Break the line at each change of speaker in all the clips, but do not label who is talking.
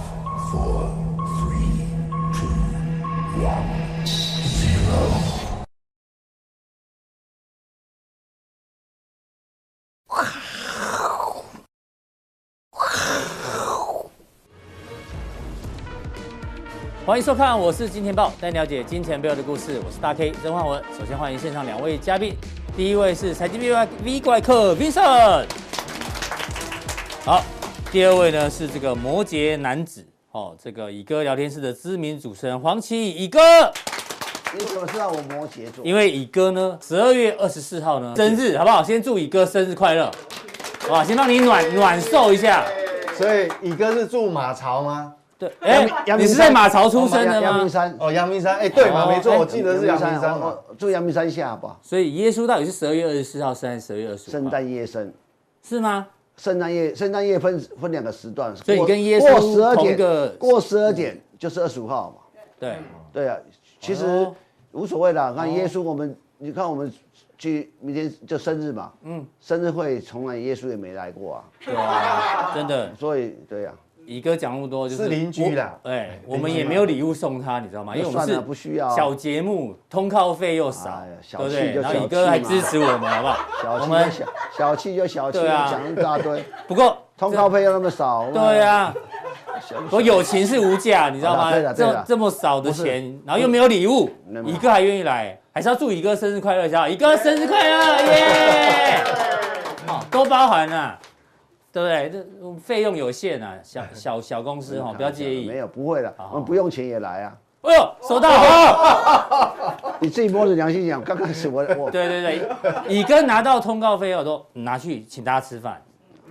欢迎收看，我是金钱豹，带你了解金钱背后的故事。我是大 K 曾焕文。首先欢迎现场两位嘉宾，第一位是财经 V 怪 V 怪客 Vincent，好，第二位呢是这个摩羯男子，哦，这个以哥聊天室的知名主持人黄奇以哥。
你怎么知道我摩羯座？
因为以哥呢，十二月二十四号呢生日，好不好？先祝以哥生日快乐，好吧？先帮你暖暖受一下。
所以乙哥是住马槽吗？
对，哎，
阳
你
明
是
山
在马槽出生的
阳阳
吗
明？山，
哦，阳明山，哎、对嘛，
哦
没错，
哎
我记得是阳明山
哦
嘛。
哦住阳明山下吧，
所以耶稣到底是十二月二十四号生还是十二月二十
圣
五号？
诞夜生，
是吗？
圣诞夜，圣诞夜分分两个时段，
所以你
过
跟耶稣
过十二
同一个
点，过十二点就是二十五号嘛。
对，
对啊，其
哎
实
呦
无所谓啦。
哦
看耶稣，我们你看我们去明天就生日嘛，嗯，生日会从来耶稣也没来过啊，
对啊，真的，
所以对啊呀，
以哥讲那么多就是
是邻居啦
我哎，我们也没有礼物送他，你知道吗？因为我们
哎算
是
了不需要啊
小节目，通告费又少
哎呀，小
对不对？
气就
然后以
小气
哥
嘛
还支持我们，好不好？
小
我
气就
们
小小气就小气，
对啊
讲一大堆，
不过
通告费又那么少，
对啊呀， 我友情是无价，你知道吗
好啦对？啦对
这
啦
这么少的
不是
钱，然后又没有礼物
那，么
一哥还愿意来，还是要祝一哥生日快乐一下，一哥生日快 乐，耶！哦，都包含了，对不对？这我们费用有限啊， 小小小公司哦哈，不要介意哦
没。有不会的，我们不用钱也来啊。
哎呦，收到了！
你自己摸着良心讲，刚开始我我
对对对，以哥拿到通告费后都拿去请大家吃饭，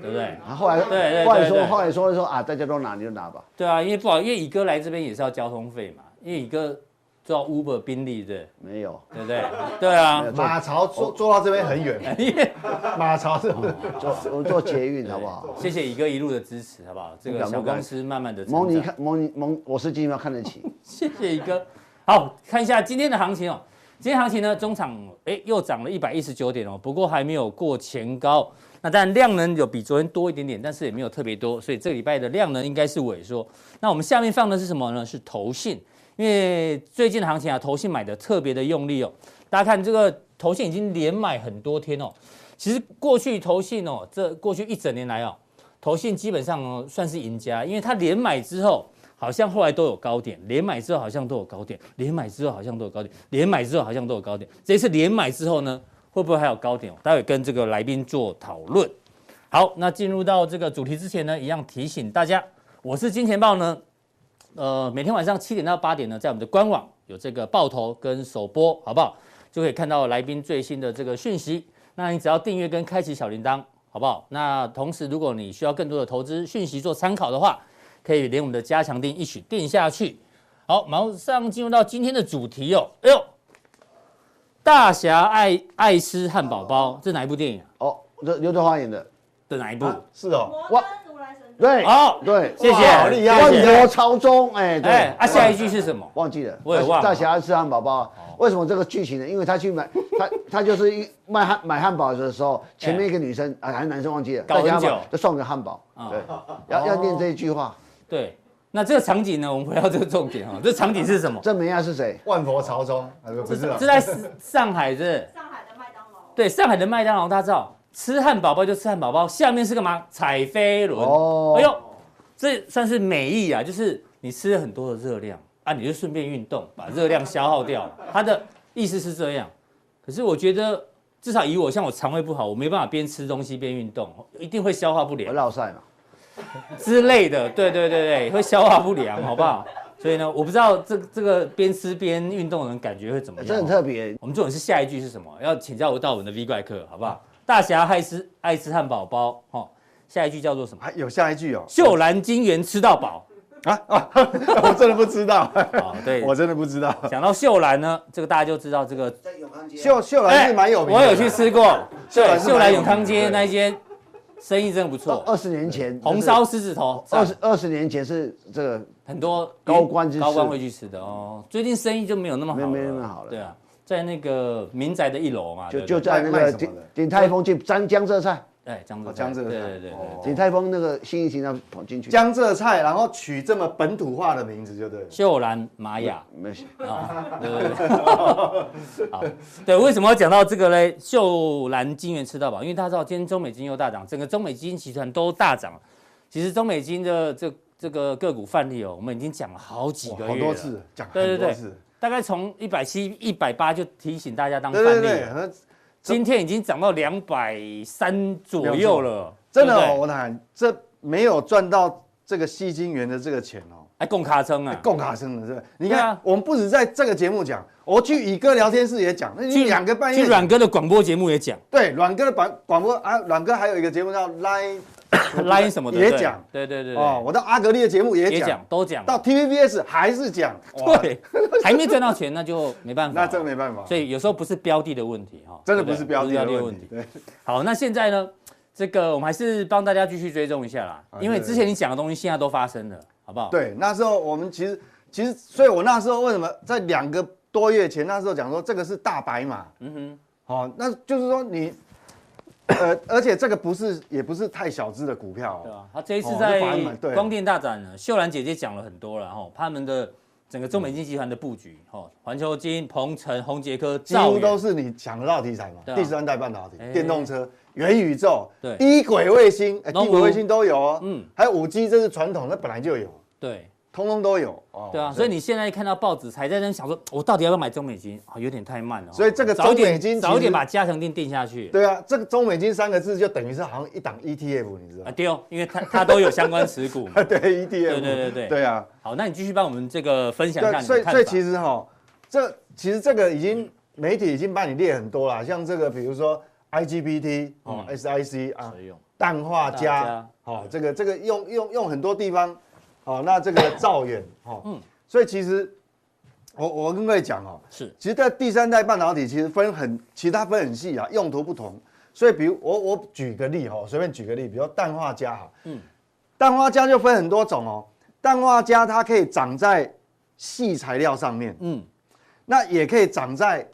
对不对？
啊后来
对对对
后来说
对
后来说说啊，大家都拿你就拿吧，
对啊，因为不好，因为以哥来这边也是要交通费嘛，因为以哥做 Uber 宾利的。
没有
对不对？对啊
没，有
马槽坐坐到这边很
哦
远，马槽是
做我做捷运好不好？
谢谢乙哥一路的支持，好不好？这个
不敢
小
不敢
公司慢慢的
蒙尼
成长。
看蒙尼蒙，我是金要看得起，
谢谢乙哥。好，看一下今天的行情哦。今天行情呢，中场哎又涨了一百一十九点哦，不过还没有过前高。那但量能有比昨天多一点点，但是也没有特别多，所以这个礼拜的量能应该是萎缩。那我们下面放的是什么呢？是投信，因为最近的行情啊，投信买的特别的用力哦。大家看这个投信已经连买很多天哦。其实过去投信哦，这过去一整年来哦，投信基本上哦算是赢家，因为它连买之后，好像后来都有高点，连买之后好像都有高点，连买之后好像都有高点，连买之后好像都有高点。这一次连买之后呢，会不会还有高点哦？待会跟这个来宾做讨论。好，那进入到这个主题之前呢，一样提醒大家，我是金钱豹呢，呃，每天晚上七点到八点呢，在我们的官网有这个爆头跟首播，好不好？就可以看到来宾最新的这个讯息。那你只要订阅跟开启小铃铛，好不好？那同时，如果你需要更多的投资讯息做参考的话，可以连我们的加强定一起定下去。好，马上进入到今天的主题哦。哎呦，大侠爱爱吃汉堡包，这哪一部电影、啊？
哦，这刘德华演的，
的哪一部？
是哦，
摩登如来神掌。
对
好
对，
谢谢，
哇好厉害
万
谢谢
国朝宗，哎
哎
对，
啊，下一句是什么？
忘记了，啊
我也忘了哦
大侠吃汉堡包啊，为什么这个剧情呢？因为他去买他他就是一卖汉买汉堡的时候，前面一个女生啊还是男生忘记了，
搞很
大家汉堡
久哦
就送个汉堡，对，要要念这一句话，
对，那这个场景呢？我们回到这个重点哦，这场景是什么？
这梅亚是
哦
谁？
万佛朝宗，啊不是啊
这，在上海是不是？
上海的麦当劳。
对，上海的麦当劳大家知道，吃汉堡包就吃汉堡包，下面是干嘛？踩飞轮。
哦
哎呦，这算是美意啊，就是你吃了很多的热量啊，你就顺便运动，把热量消耗掉。它的意思是这样，可是我觉得至少以我像我肠胃不好，我没办法边吃东西边运动，一定会消化不良
我。绕赛嘛，
之类的，对对对对，会消化不良，好不好？所以呢，我不知道这这个边吃边运动的人感觉会怎么
哎
样。
这很特别，
我们重点是下一句是什么？要请教我到我们的 V 怪客，好不好？大侠爱吃爱吃汉堡包，哦，下一句叫做什么？
还有下一句哦，
秀兰金源吃到饱。
我真的不知道，
哦， 对，
我真的不知道。
讲到秀兰呢，这个大家就知道这个，
在永康街
秀秀兰是蛮有名的，
哎我有去，吃过，
秀
对，
兰是蛮有名的
秀兰永康街
对
那一间生意真的不错，
二十年前
哦红烧狮子头，
二
赞
十二十年前是这个
很多
高官之士
高官会去吃的哦。最近生意就没有那么好了，
没没那么好了
对啊，在那个民宅的一楼嘛，
就
啊对不
就
对
在那
卖
个
卖什么
鼎
的
鼎泰丰去沾江浙菜，
哎江浙
哦江浙菜
对对对对
哦
对。
鼎泰丰那个新一型他跑进去，
江浙菜，然后取这么本土化的名字就对了。
秀兰玛雅
没事，
啊，对对对，好，对， 为什么要讲到这个嘞？秀兰金源吃到饱，因为大家知道今天中美金又大涨，整个中美金集团都大涨。其实中美金的这这个个股范例哦，我们已经讲了好几
哇
个月，
好多，次讲
对
很
对
多
对
次，
大概从一百七、一百八就提醒大家当范
对
例了。
对对，那
今天已经涨到两百三左右了，
真的
对
哦，
不对，
我喊这没有赚到这个吸金员的这个钱哦，
还供卡称啊，
够卡声的是不是？你
对
看、
啊
我们不止在这个节目讲，我去宇哥聊天室也讲，那你两个半
去
夜
阮哥的广播节目也 讲
对阮哥的广广播啊，阮哥还有一个节目叫 Line
，Line 什么的
也
对
讲
对对对
哦，
对，
我到阿格力的节目也
也
讲
讲，都讲，
到 TVBS 还是讲，哇，
对，还没赚到钱那就没办法，
那真没办法，
所以有时候不是标的的问题哈，
真的
对
不
对
是标的的问题，。对，
好，那现在呢，这个我们还是帮大家继续追踪一下啦，
啊
因为
对
之前你讲的东西现在都发生了，好不好？
对，那时候我们其实其实，所以我那时候为什么在两个多月前那时候讲说这个是大白马，嗯哼，好、那就是说你，呃，而且这个不是也不是太小资的股票、
对
哦，
啊，他这一次
哦
在
就反而买对
光电大展呢，秀兰姐姐讲了很多了哈，他们的整个中美金集团的布局哈，环球金、鹏程、宏杰科、
几
兆
乎
元
都是你想得到题材嘛，
对啊
第三代半导体、
哎
电动车、元宇宙、
对
低轨卫星，哎
农
低轨
夫
卫星都有哦，
嗯
嗯，还有五 G，这是传统，那本来就有，
对
通通都有哦，
对啊，所以你现在看到报纸才在那想说，我到底要不要买中美金？啊，有点太慢了哦。
所以这个
早一点
中美金其实
早一点把加强定定下去。
对啊，这个中美金三个字就等于是好像一档 ETF，你知道
啊
吗？
丢，因为它它都有相关持股嘛。
对 ETF，
哎对对对对
对啊，
好，那你继续帮我们这个分享一下
对，
你
所以
的看
所以
法
其。实哈，这其实这个已经媒体已经帮你列很多啦，像这个比如说 IGBT 哦、
嗯
SIC 啊，
谁用
氮
氮化
化
镓
镓，好、这个这个用用用很多地方，好、那这个兆远，哦，
嗯
所以其实我我跟各位讲哦，
是
其实，在第三代半导体其实分很，其他分很细啊，用途不同。所以，比如我我举个例哈，随便举个例，比如说氮化镓哈，
嗯
嗯，氮化镓就分很多种哦。氮化镓它可以长在细材料上面，
嗯，
那也可以长在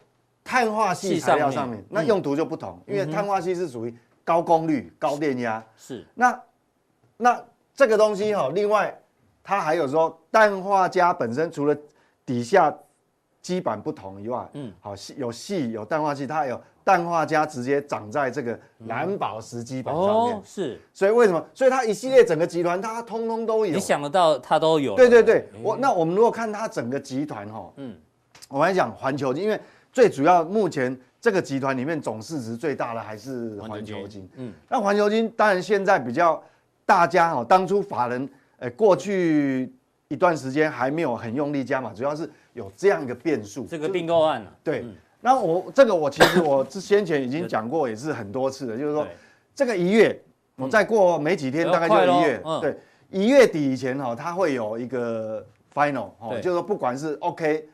碳化系材料上面，嗯
系上面
那用途就不同，因为碳化系是属于高功率、高电压。
是
那那这个东西哈、另外它还有说氮化镓本身除了底下基板不同以外，
嗯
嗯，好细有细有氮化系，它还有氮化镓直接长在这个蓝宝石基板上面，
嗯哦，是
所以为什么？所以它一系列整个集团它通通都有。
你想得到它都有了。
对对对，
哎
我那我们如果看它整个集团哈、
嗯
我还讲环球金，因为最主要目前这个集团里面总市值最大的还是环球金。
嗯
那环球金当然现在比较大家哦，当初法人呃过去一段时间还没有很用力加码，主要是有这样一个变数。
这个
就
并购案啊，
对。那我这个我其实我之先前已经讲过，也是很多次的，就是说
对
这个一月，我再过没几天，
嗯
大概就一
哎呦
月
快咯嗯，
对，一月底以前哦哈，它会有一个 final 哦，
对
就是说不管是 OK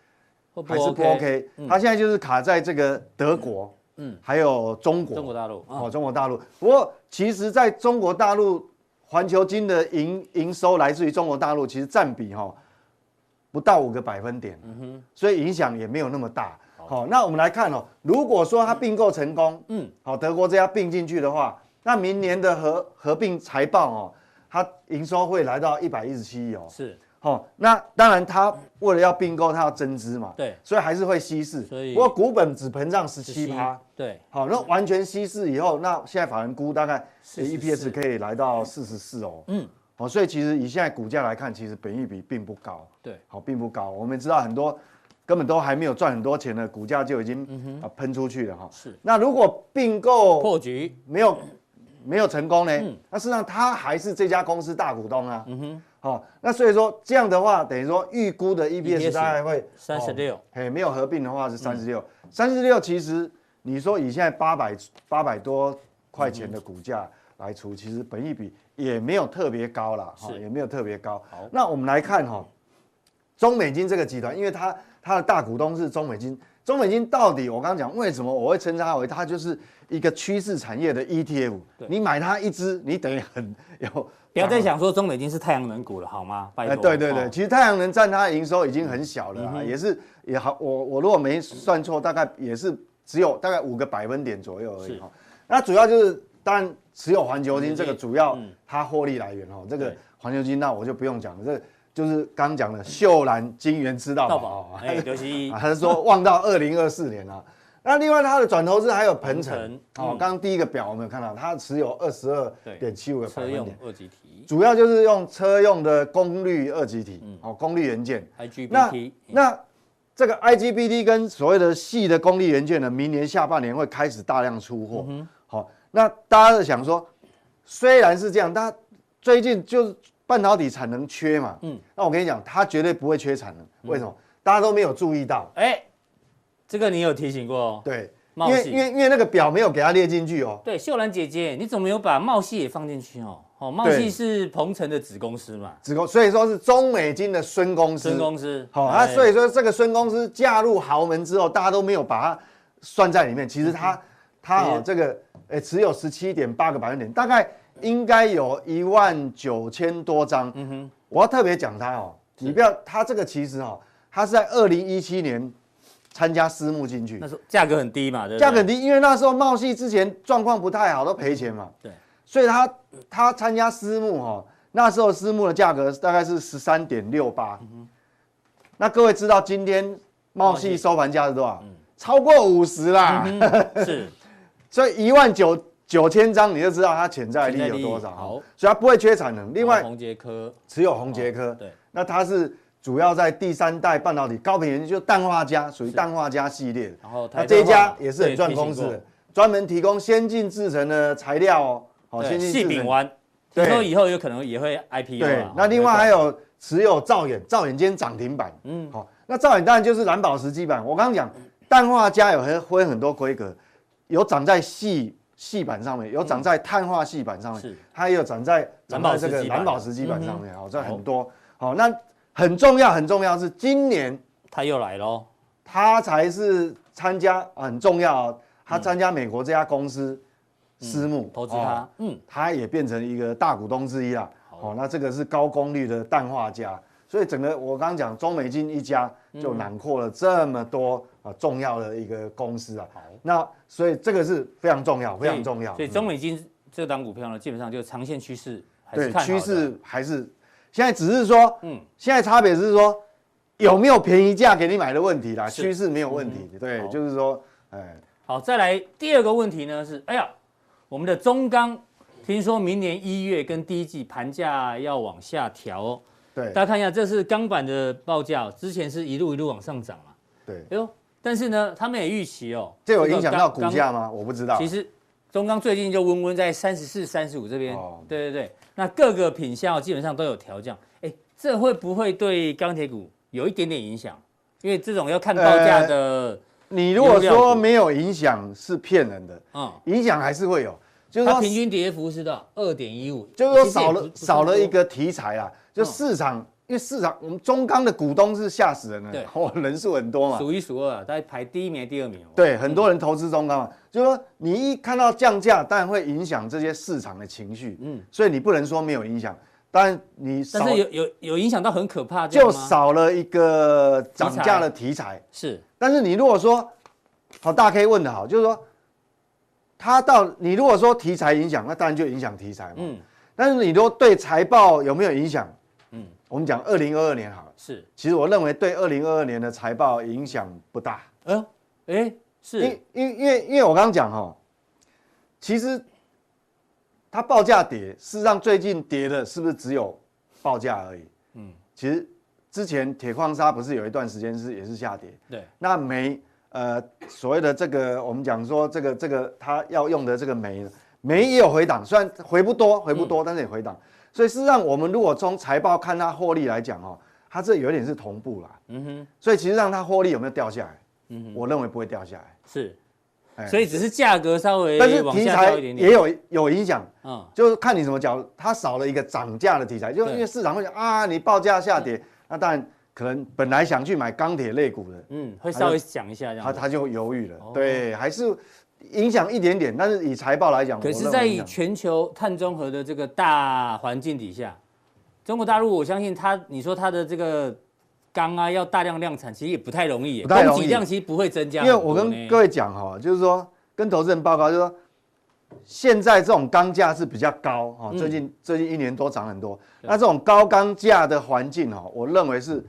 会不
还是不 OK，
嗯
它现在就是卡在这个德国，
嗯
嗯，还有中国，
中国大陆啊
哦，，中国大陆。不过其实在中国大陆，环球金的营营收来自于中国大陆，其实占比哈、哦、不到五个百分点，
嗯
所以影响也没有那么大。好、那我们来看哦，如果说它并购成功，
嗯
嗯，好、德国这家并进去的话，那明年的合合并财报哦，它营收会来到一百一十七亿哦。
是
好、那当然，它为了要并购，它要增资嘛，
对
所以还是会稀释。
所以
不过股本只膨胀十七趴，，
对，
好，那完全稀释以后，那现在法人估大概
44
EPS 可以来到四十四哦。
嗯
嗯，好，所以其实以现在股价来看，其实本益比并不高。
对，
好，并不高。我们知道很多根本都还没有赚很多钱的股价就已经啊喷出去了哈。
嗯是
那如果并购
破局，
没有没有成功呢
嗯？
那事实上他还是这家公司大股东啊。嗯哼。好，那所以说这样的话，等于说预估的
EPS
EPS 大概会
36
哦嘿，没有合并的话是三十六，三十六其实你说以现在八百八百多块钱的股价来除，其实本益比也没有特别高啦，哈，
是
也没有特别高。好，那我们来看哈、中美金这个集团，因为它它的大股东是中美金，中美金到底我刚刚讲为什么我会称它为它就是一个趋势产业的 ETF，你买它一只，你等于很有
不要再想说中美金是太阳能股了，好吗？拜
哎，
托。
对对
哦
对，其实太阳能占它的营收已经很小
嗯
了啊啦，也是也好，我我如果没算错，大概也是只有大概五个百分点左右而
是
已哈。那主要就是当然持有环球金这个主要
嗯
它获利来源哈，这个
对
环球金那我就不用讲了，这个就是刚讲的秀兰金源之道
到
嘛
宝，
哦
哎，刘希一
啊，他是说望到二零二四年啊。那另外它的转投资还有鹏程
鹏，程
哦
嗯，
刚刚第一个表我们有看到，它持有二十二点七五个百
车
分
用
点，
二级体
主要就是用车用的功率二极体，
嗯
哦，功率元件。那
IGBT，
那这个 IGBT 跟所谓的细的功率元件呢，明年下半年会开始大量出货。
嗯
好、那大家就想说，虽然是这样，但最近就是半导体产能缺嘛，
嗯
嗯，那我跟你讲，它绝对不会缺产能，为什么？大家都没有注意到，
哎，这个你有提醒过哦。
对，因
冒
为
险
因为因为那个表没有给它列进去哦，
对，秀兰姐姐，你怎么没有把茂系也放进去哦？哦，茂系
对
是鹏程的子公司嘛，
只够，所以说是中美金的孙公司，
孙公司。
好、那
哎
所以说这个孙公司嫁入豪门之后，大家都没有把它算在里面。其实它它
其
哦
实
这个诶、只有十七点八个百分点，大概应该有一万九千多张。嗯哼，我要特别讲它哦，你不要它这个其实哦，它是在二零一七年参加私募进去
那，时候价格很低嘛，对不对？
价格很低，因为那时候茂系之前状况不太好，都赔钱嘛。
对，
所以他他参加私募哈、哦，那时候私募的价格大概是十三点六八。那各位知道今天茂
茂系
系收盘价是多
嗯
少？超过五十啦，
是
所以一万九九千张你就知道它潜在力
潜在
有
力
多少
好
哦，所以它不会缺产能。另外
红杰科，
持有红杰科，
对，
那它是主要在第三代半导体高频元件，就氮化镓，属于氮化镓系列的。
然后台
那这一
湾
家
嘛
也是很赚公司的，，专门提供先进制成的材料哦，好，
对
先进
细
制
饼
成。
丸，听说
对
以后有可能也会 IPO
对
啊，
那另外
对
还有持有兆远，兆远今天涨停板，
嗯
嗯，好，那兆远当然就是蓝宝石基板。我刚刚讲氮化镓有很分很多规格，有长在细细板上面，有长在碳化细板上面，
是
它也有长在
蓝
长
宝
在
石
这个
基板嗯哦
蓝宝石基板上面，好，这很多。好，那很重要很重要是今年
他又来喽，
他才是参加很重要哦，他参加美国这家公司私募
投资
哦
他，嗯，
他也变成一个大股东之一啦。好、那这个是高功率的氮化镓，所以整个我刚刚讲中美金一家
嗯
就囊括了这么多啊、呃重要的一个公司啊。那所以这个是非常重要，非常重要。嗯
所以中美金这档股票呢，基本上就长线趋势还是
对
看好的
趋，势还是现在只是说，
嗯
嗯，现在差别只是说有没有便宜价给你买的问题啦，
是嗯
趋势没有问题。
好
对，就是说，哎。
好，再来第二个问题呢是，哎呀，我们的中钢听说明年一月跟第一季盘价要往下调哦。
对
大家看一下，这是钢板的报价哦，之前是一路一路往上涨嘛。
对，
哎呦，但是呢，他们也预期哦，
这有影响到股
这个钢
价吗？我不知道。
其实中钢最近就温温在三十四、三十五这边
哦，
对对对，那各个品项哦基本上都有调降，哎，这会不会对钢铁股有一点点影响？因为这种要看报价的，
你如果
原料
说
股
没有影响是骗人的，
嗯，
影响还是会有，就是
它
说
啊平均跌幅是多少？二点一五，
就
其
是说
实也
少
不
了
不是
少
很多
了一个题材啦，就
嗯
市场，因为市场我们中钢的股东是吓死人了
对，
哦，人数很多嘛，
数一数二啊，大概排第一名、第二名哦。
对，很多人投资中钢嘛，就是说你一看到降价，当然会影响这些市场的情绪，
嗯
嗯，所以你不能说没有影响，当然你少
但是有有有影响到很可怕这样
就
吗，
少了一个涨
材
价的题材，
是
但是你如果说，好，大家可以问的好，就是说，他到你如果说题材影响，那当然就影响题材嘛。嗯。
嗯
但是你如果对财报有没有影响？嗯，我们讲二零二二年好了，
是，
其实我认为对二零二二年的财报影响不大，
哎呦哎是
因因因为因为我刚刚讲哈，其实它报价跌，事实上最近跌的是不是只有报价而已？嗯，其实之前铁矿砂不是有一段时间是也是下跌，
对
那煤，呃，所谓的这个，我们讲说这个这个它要用的这个煤，煤也有回档，虽然回不多，回不
嗯
多，但是也回档。所以事实上，我们如果从财报看它获利来讲哦，它这有点是同步啦。嗯哼。所以其实让它获利有没有掉下来？嗯哼。我认为不会掉下来，
是
哎，
所以只是价格稍微
但是
往
题
下
材
掉一点
也
点，
有有影响。
嗯
就是看你怎么讲，它少了一个涨价的题材，就
对
因为市场会讲啊，你报价下跌，那当然可能本来想去买钢铁类股的，
嗯，会稍微讲一下这
他
样哦子。
他就犹豫了，对，还是影响一点点，但是以财报来讲，
可
哦我
是，
认为
在
影
以
响
全球碳中和的这个大环境底下，中国大陆我相信它，你说它的这个钢啊要大量量产，其实也不太容易耶，
不太容易
供给量其实不会增加
因
很多
为
呢。
我跟各位讲哈，就是说跟投资人报告，就是说现在这种钢价是比较高哈，
嗯
最近、最近一年多涨很多，那这种高钢价的环境哈，我认为是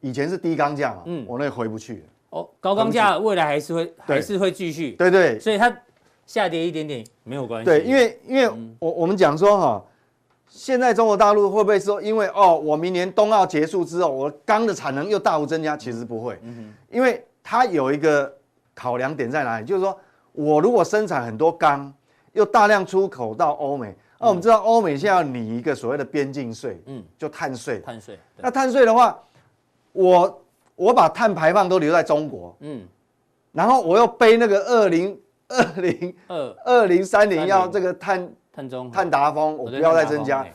以前是低钢价嘛，
嗯
我认为回不去了，
哦，高钢价未来还是会还是会继续，
对对
所以它下跌一点点没有关系。
对，因为因为我我们讲说哈，现在中国大陆会不会说，因为哦，我明年冬奥结束之后，我钢的产能又大幅增加？其实不会，因为它有一个考量点在哪里，就是说我如果生产很多钢，又大量出口到欧美，那、我们知道欧美现在要拟一个所谓的边境税，
嗯
嗯，就碳税，
碳税，对
那碳税的话，我我把碳排放都留在中国，
嗯，
然后我又背那个二零二零
二
二零三零要这个碳
碳中和
碳达峰，
哦
我不
对
要再
碳达
增
峰
加
哎，嗯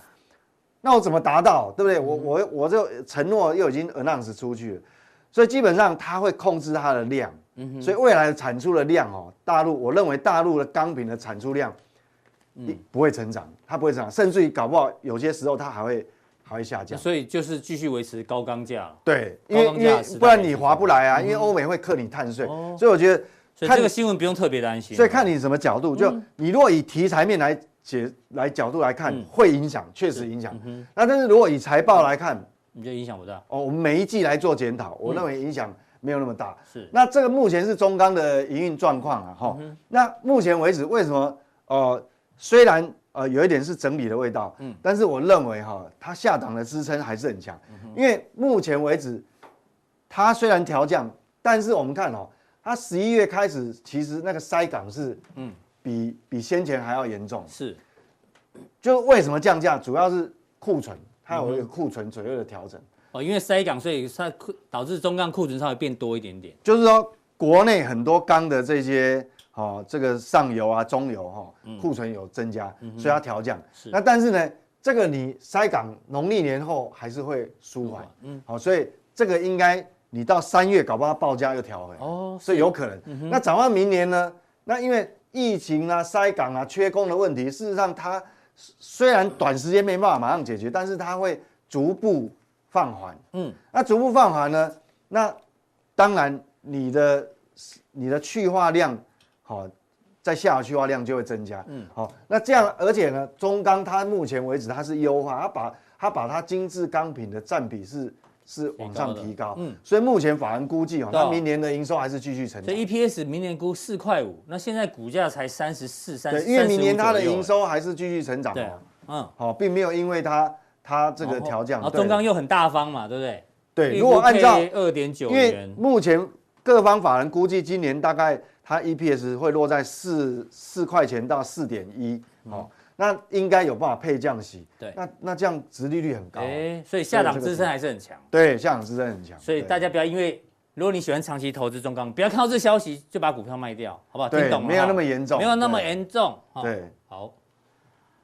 那我怎么达到？对不对？我我我就承诺又已经 announce 出去了，所以基本上它会控制它的量，
嗯
所以未来的产出的量哦，大陆我认为大陆的钢品的产出量，
嗯
一不会成长，它不会成长，甚至于搞不好有些时候它还会还会下
那
降。
所以就是继续维持高钢价了。
对，
高
因为
钢
因
价
为
时代
不然
的
你
影
划
响
不来啊，因为欧美会克你碳税，
嗯哦
所以我觉得
所以
看
这个新闻不用特别担心。
所以看你什么角度，就你若以题材面来解来角度来看，会影响，确实影响。那但是如果以财报来看，
你就影响不大，
哦，我们每一季来做检讨，我认为影响没有那么大。
是
那这个目前是中钢的营运状况啊，哈。那目前为止，为什么呃，虽然呃有一点是整理的味道，嗯，但是我认为哈，它下档的支撑还是很强，因为目前为止，它虽然调降，但是我们看哦，它十一月开始，其实那个塞港是嗯，比比先前还要严重。
是
就为什么降价，主要是库存，它有一个库存左右的调整。
哦，因为塞港，所以它库导致中钢库存稍微变多一点点。
就是说国内很多钢的这些哦，这个上游啊、中游哈、库存有增加，所以它调降。那但嗯是呢，这个你塞港农历年后还是会舒缓，嗯，好、所以这个应该你到三月搞不好报价又调回来，
哦
哦，所以有可能。那展望明年呢？那因为疫情啊、塞港啊、缺工的问题，事实上它虽然短时间没办法马上解决，但是它会逐步放缓。
嗯
嗯，那逐步放缓呢？那当然你的你的去化量，好、在下游去化量就会增加。嗯，好、那这样而且呢，中钢它目前为止它是优化，它把它把它精致钢品的占比是是往上
提高的
提高。
嗯
嗯，所以目前法人估计哦，
对啊
它明年的营收还是继续成
所
长。
以 EPS 明年估四块五，那现在股价才三十四、三
对，
十，
因为明年它的
35左右
营收还是继续成长
对
哦
啊，，嗯，
好、并没有因为它它这个
然后
调降。
然后
对
中钢又很大方嘛，对不对？
对，如果按照
二点九
因为
元，
目前各方法人估计今年大概它 EPS 会落在四四块钱到四点一，哦，那应该有办法配降息。
嗯对
那那这样殖利率很高，
哎，所以下档支撑还是很强。
对，下档支撑很强。
所以
对
大家不要因为，如果你喜欢长期投资中钢，不要看到这消息就把股票卖掉，好不好？听
对
懂了
没有
哈
那么严重
没有那么
对
严重。哈
对
好，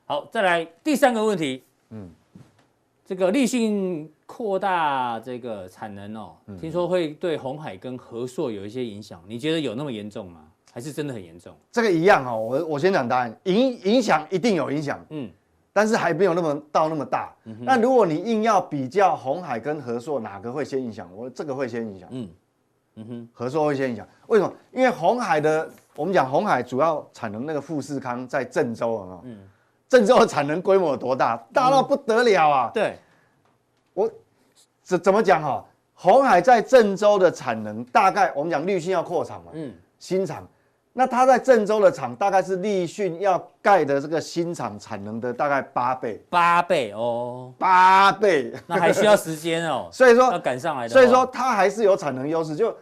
好，再来第三个问题，嗯
嗯，
这个立讯扩大这个产能哦，
嗯
听说会对红海跟和硕有一些影响，你觉得有那么严重吗？还是真的很严重？
这个一样哦，我我先讲答案，影影响一定有影响，
嗯，
但是还没有那么到那么大。那如果你硬要比较红海跟和硕哪个会先影响，我这个会先影响。
嗯
嗯，嗯哼，和硕会先影响，为什么？因为红海的我们讲红海主要产能那个富士康在郑州啊，嗯，郑州的产能规模有多大？大到不得了啊！
对，
怎怎么讲哈、红海在郑州的产能大概我们讲绿讯要扩厂嘛，
嗯，
新厂。那它在郑州的厂大概是立讯要盖的这个新厂产能的大概八倍，
八倍哦，
八倍。，
那还需要时间哦
所以
要
说，
赶上来的话。哦
所以说它还是有产能优势。就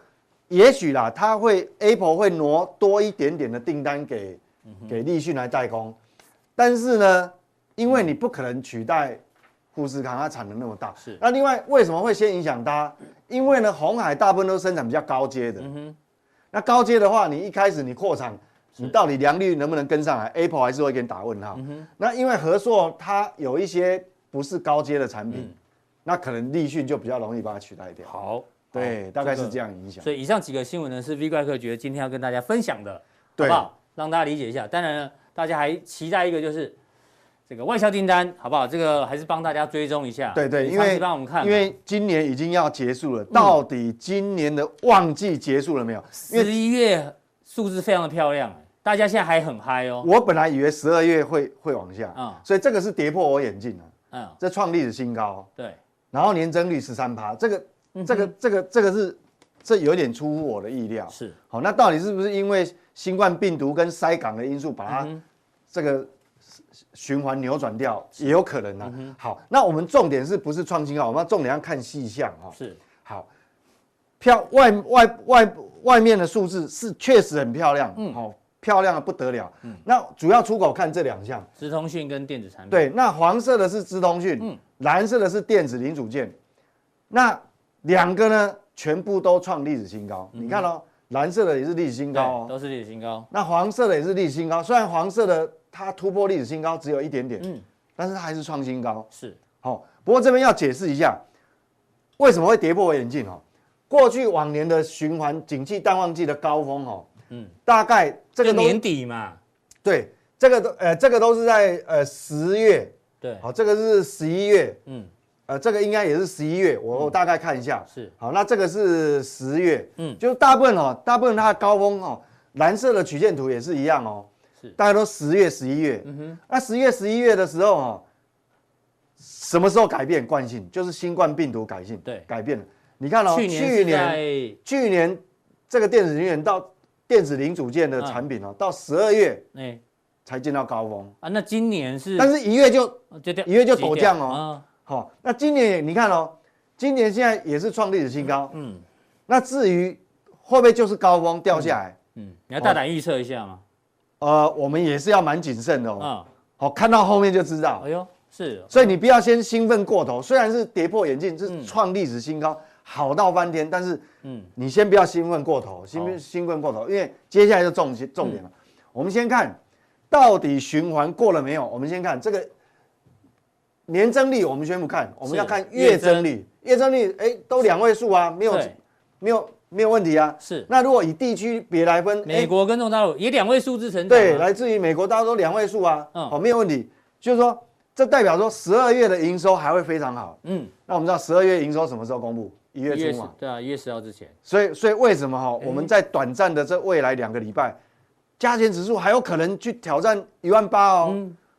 也许啦，它会 Apple 会挪多一点点的订单给、
嗯
给立讯来代工，但是呢，因为你不可能取代富士康，它产能那么大。
是
那另外为什么会先影响它？因为呢，红海大部分都生产比较高阶的。
嗯
那高阶的话，你一开始你扩产，你到底良率能不能跟上来？Apple 还是会给你打问号。
嗯
那因为和硕它有一些不是高阶的产品，那可能立讯就比较容易把它取代
嗯
掉。
好，
对，
好
大概
这
是
个
这样影响。
所以以上几个新闻呢，是 V 怪客觉得今天要跟大家分享的，好
对
不好？让大家理解一下。当然呢，大家还期待一个就是这个外销订单，好不好？这个还是帮大家追踪一下。
对对，
你
因
长期
为
帮我们看嘛，
因为今年已经要结束了，到底今年的旺季结
嗯
束了没有？因为
十一月数字非常的漂亮，大家现在还很嗨哦。
我本来以为十二月会会往下，
嗯
所以这个是跌破我眼镜了，
嗯，
这创历史新高，
对，
然后年增率十三趴，这个这个这个这个是这有点出乎我的意料。
是
好，那到底是不是因为新冠病毒跟塞港的因素把
嗯
它这个循环扭转掉，也有可能啊。好，那我们重点是不是创新高？我们要重点要看细项啊。
是
好，漂外外外外面的数字是确实很漂亮，嗯，好、漂亮的不得了。那主要出口看这两项，
直通讯跟电子产品，
对，那黄色的是资通讯，蓝色的是电子零组件，那两个呢全部都创历史新高。你看哦，蓝色的也是历史新
对，
高哦，
都是历史新高，
那黄色的也是历史新高，虽然黄色的它突破历史新高只有一点点，嗯，但是它还是创新高。
是
好、不过这边要解释一下，为什么会跌破我眼镜哦？过去往年的循环景气淡旺季的高峰哦，嗯，大概这
这
个
个
都
年底嘛，
对，这个都呃这个都是在呃十月，
对，
好、这个是十一月，
嗯，
呃，这个应该也是十一月，我我大概看一下。
是
好，那这个是十月，
嗯
嗯，就大部分哦，大部分它的高峰哦，蓝色的曲线图也是一样哦，
是
大概都十月、十一月。嗯哼，那十月、十一月的时候哦，什么时候改变惯性？就是新冠病毒改性，
对
改变了。你看哦，
去年
去年
是在
去年这个电子零元到电子零组件的
嗯
产品哦，到十二月
哎
才见到高峰，
啊，那今年是，
但是一月就
就掉
一月就
急
陡
掉
降哦
啊
好、那今年也你看哦，今年现在也是创历史新高。
嗯
那至于会不会就是高峰掉下来，
嗯，你要大胆预测一下嘛，
呃，我们也是要蛮谨慎的哦。
嗯啊，
好、看到后面就知道
哎，呦，是哦，
所以你不要先兴奋过头。虽然是跌破眼镜，是创历史新高，好到翻天，但是
嗯，
你先不要兴奋过头，兴
好嗯
奋兴奋过头，因为接下来就重重点了。我们先看到底循环过了没有？我们先看这个年增率，我们先不看，我们要看月增率。月增率，哎，都两位数啊，没有
对
没有没有问题啊。
是
那如果以地区别来分，
美
哎，
国跟中国大陆也两位数字成长啊，
对，来自于美国，大家都两位数啊，
嗯
好，没有问题。就是说，这代表说十二月的营收还会非常好。
嗯，
那我们知道十二月营收什么时候公布？一月
一月哎
初
十
嘛。
对啊，一月十号之前，
所以，所以为什么哈、我们在短暂的这未来两个礼拜，加权指数还有可能去挑战一万八哦。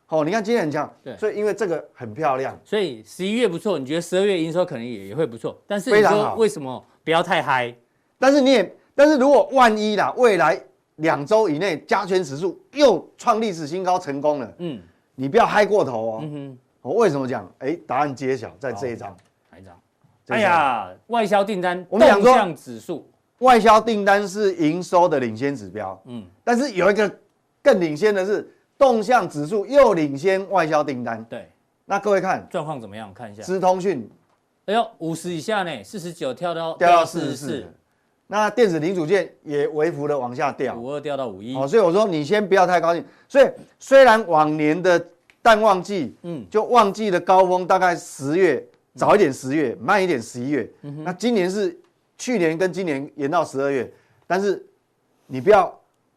好、你看今天很强
嗯对，
所以因为这个很漂亮，
所以十一月不错，你觉得十二月营收可能也也会不错，但是你
非常
说
好
为什么不要太嗨？
但是你也，但是如果万一啦，未来两周以内加权指数又创历史新高成功了，
嗯
你不要嗨过头哦。
嗯哼，
我、为什么讲？哎，答案揭晓在这一章。
哪一张？
这
哎
一张，
呀，外销订单
我们想
动
说
向指数，
外销订单是营收的领先指标，
嗯，
但是有一个更领先的是动向指数又领先外销订单。
对，
那各位看，
状况怎么样？看一下，
资通讯
哎呦，五十以下呢，四十九跳到
掉到四十
44
四，那电子零组件也微幅的往下掉。
五二掉到五一，
哦，所以我说你先不要太高兴。所以虽然往年的淡旺季，
嗯
嗯，就旺季的高峰大概十月，早一点十月，慢一点十一月。
嗯
那今年是去年跟今年延到十二月，但是你不要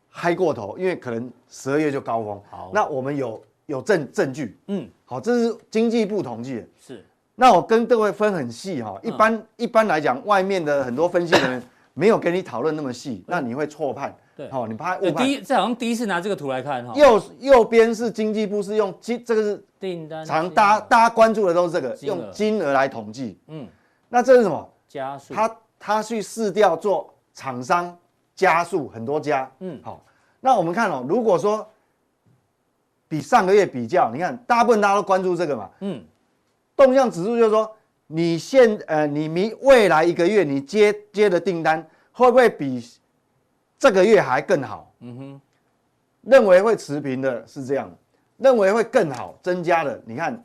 嗨过头，因为可能十二月就高峰。
好
那我们有有证证据，
嗯，
好，这是经济部统计的。
是
那我跟各位分很细哈、
嗯
一般、一般来讲，外面的很多分析人员没有跟你讨论那么细，那你会错判，
对
好、你怕
这
误判
第。一，这好像第一次拿这个图来看哈，
右右边是经济部是用金，这个是
订单
常大家大家关注的都是这个，
啊金额
用金额来统计。
嗯
那这是什么？
加速，
他他去试调做厂商加速很多家，
嗯
嗯，好，那我们看哦，如果说比上个月比较，你看大部分大家都关注这个嘛，
嗯
动向指数就是说，你现呃，你明未来一个月你接接的订单会不会比这个月还更好？嗯哼，认为会持平的是这样，认为会更好增加的，你看，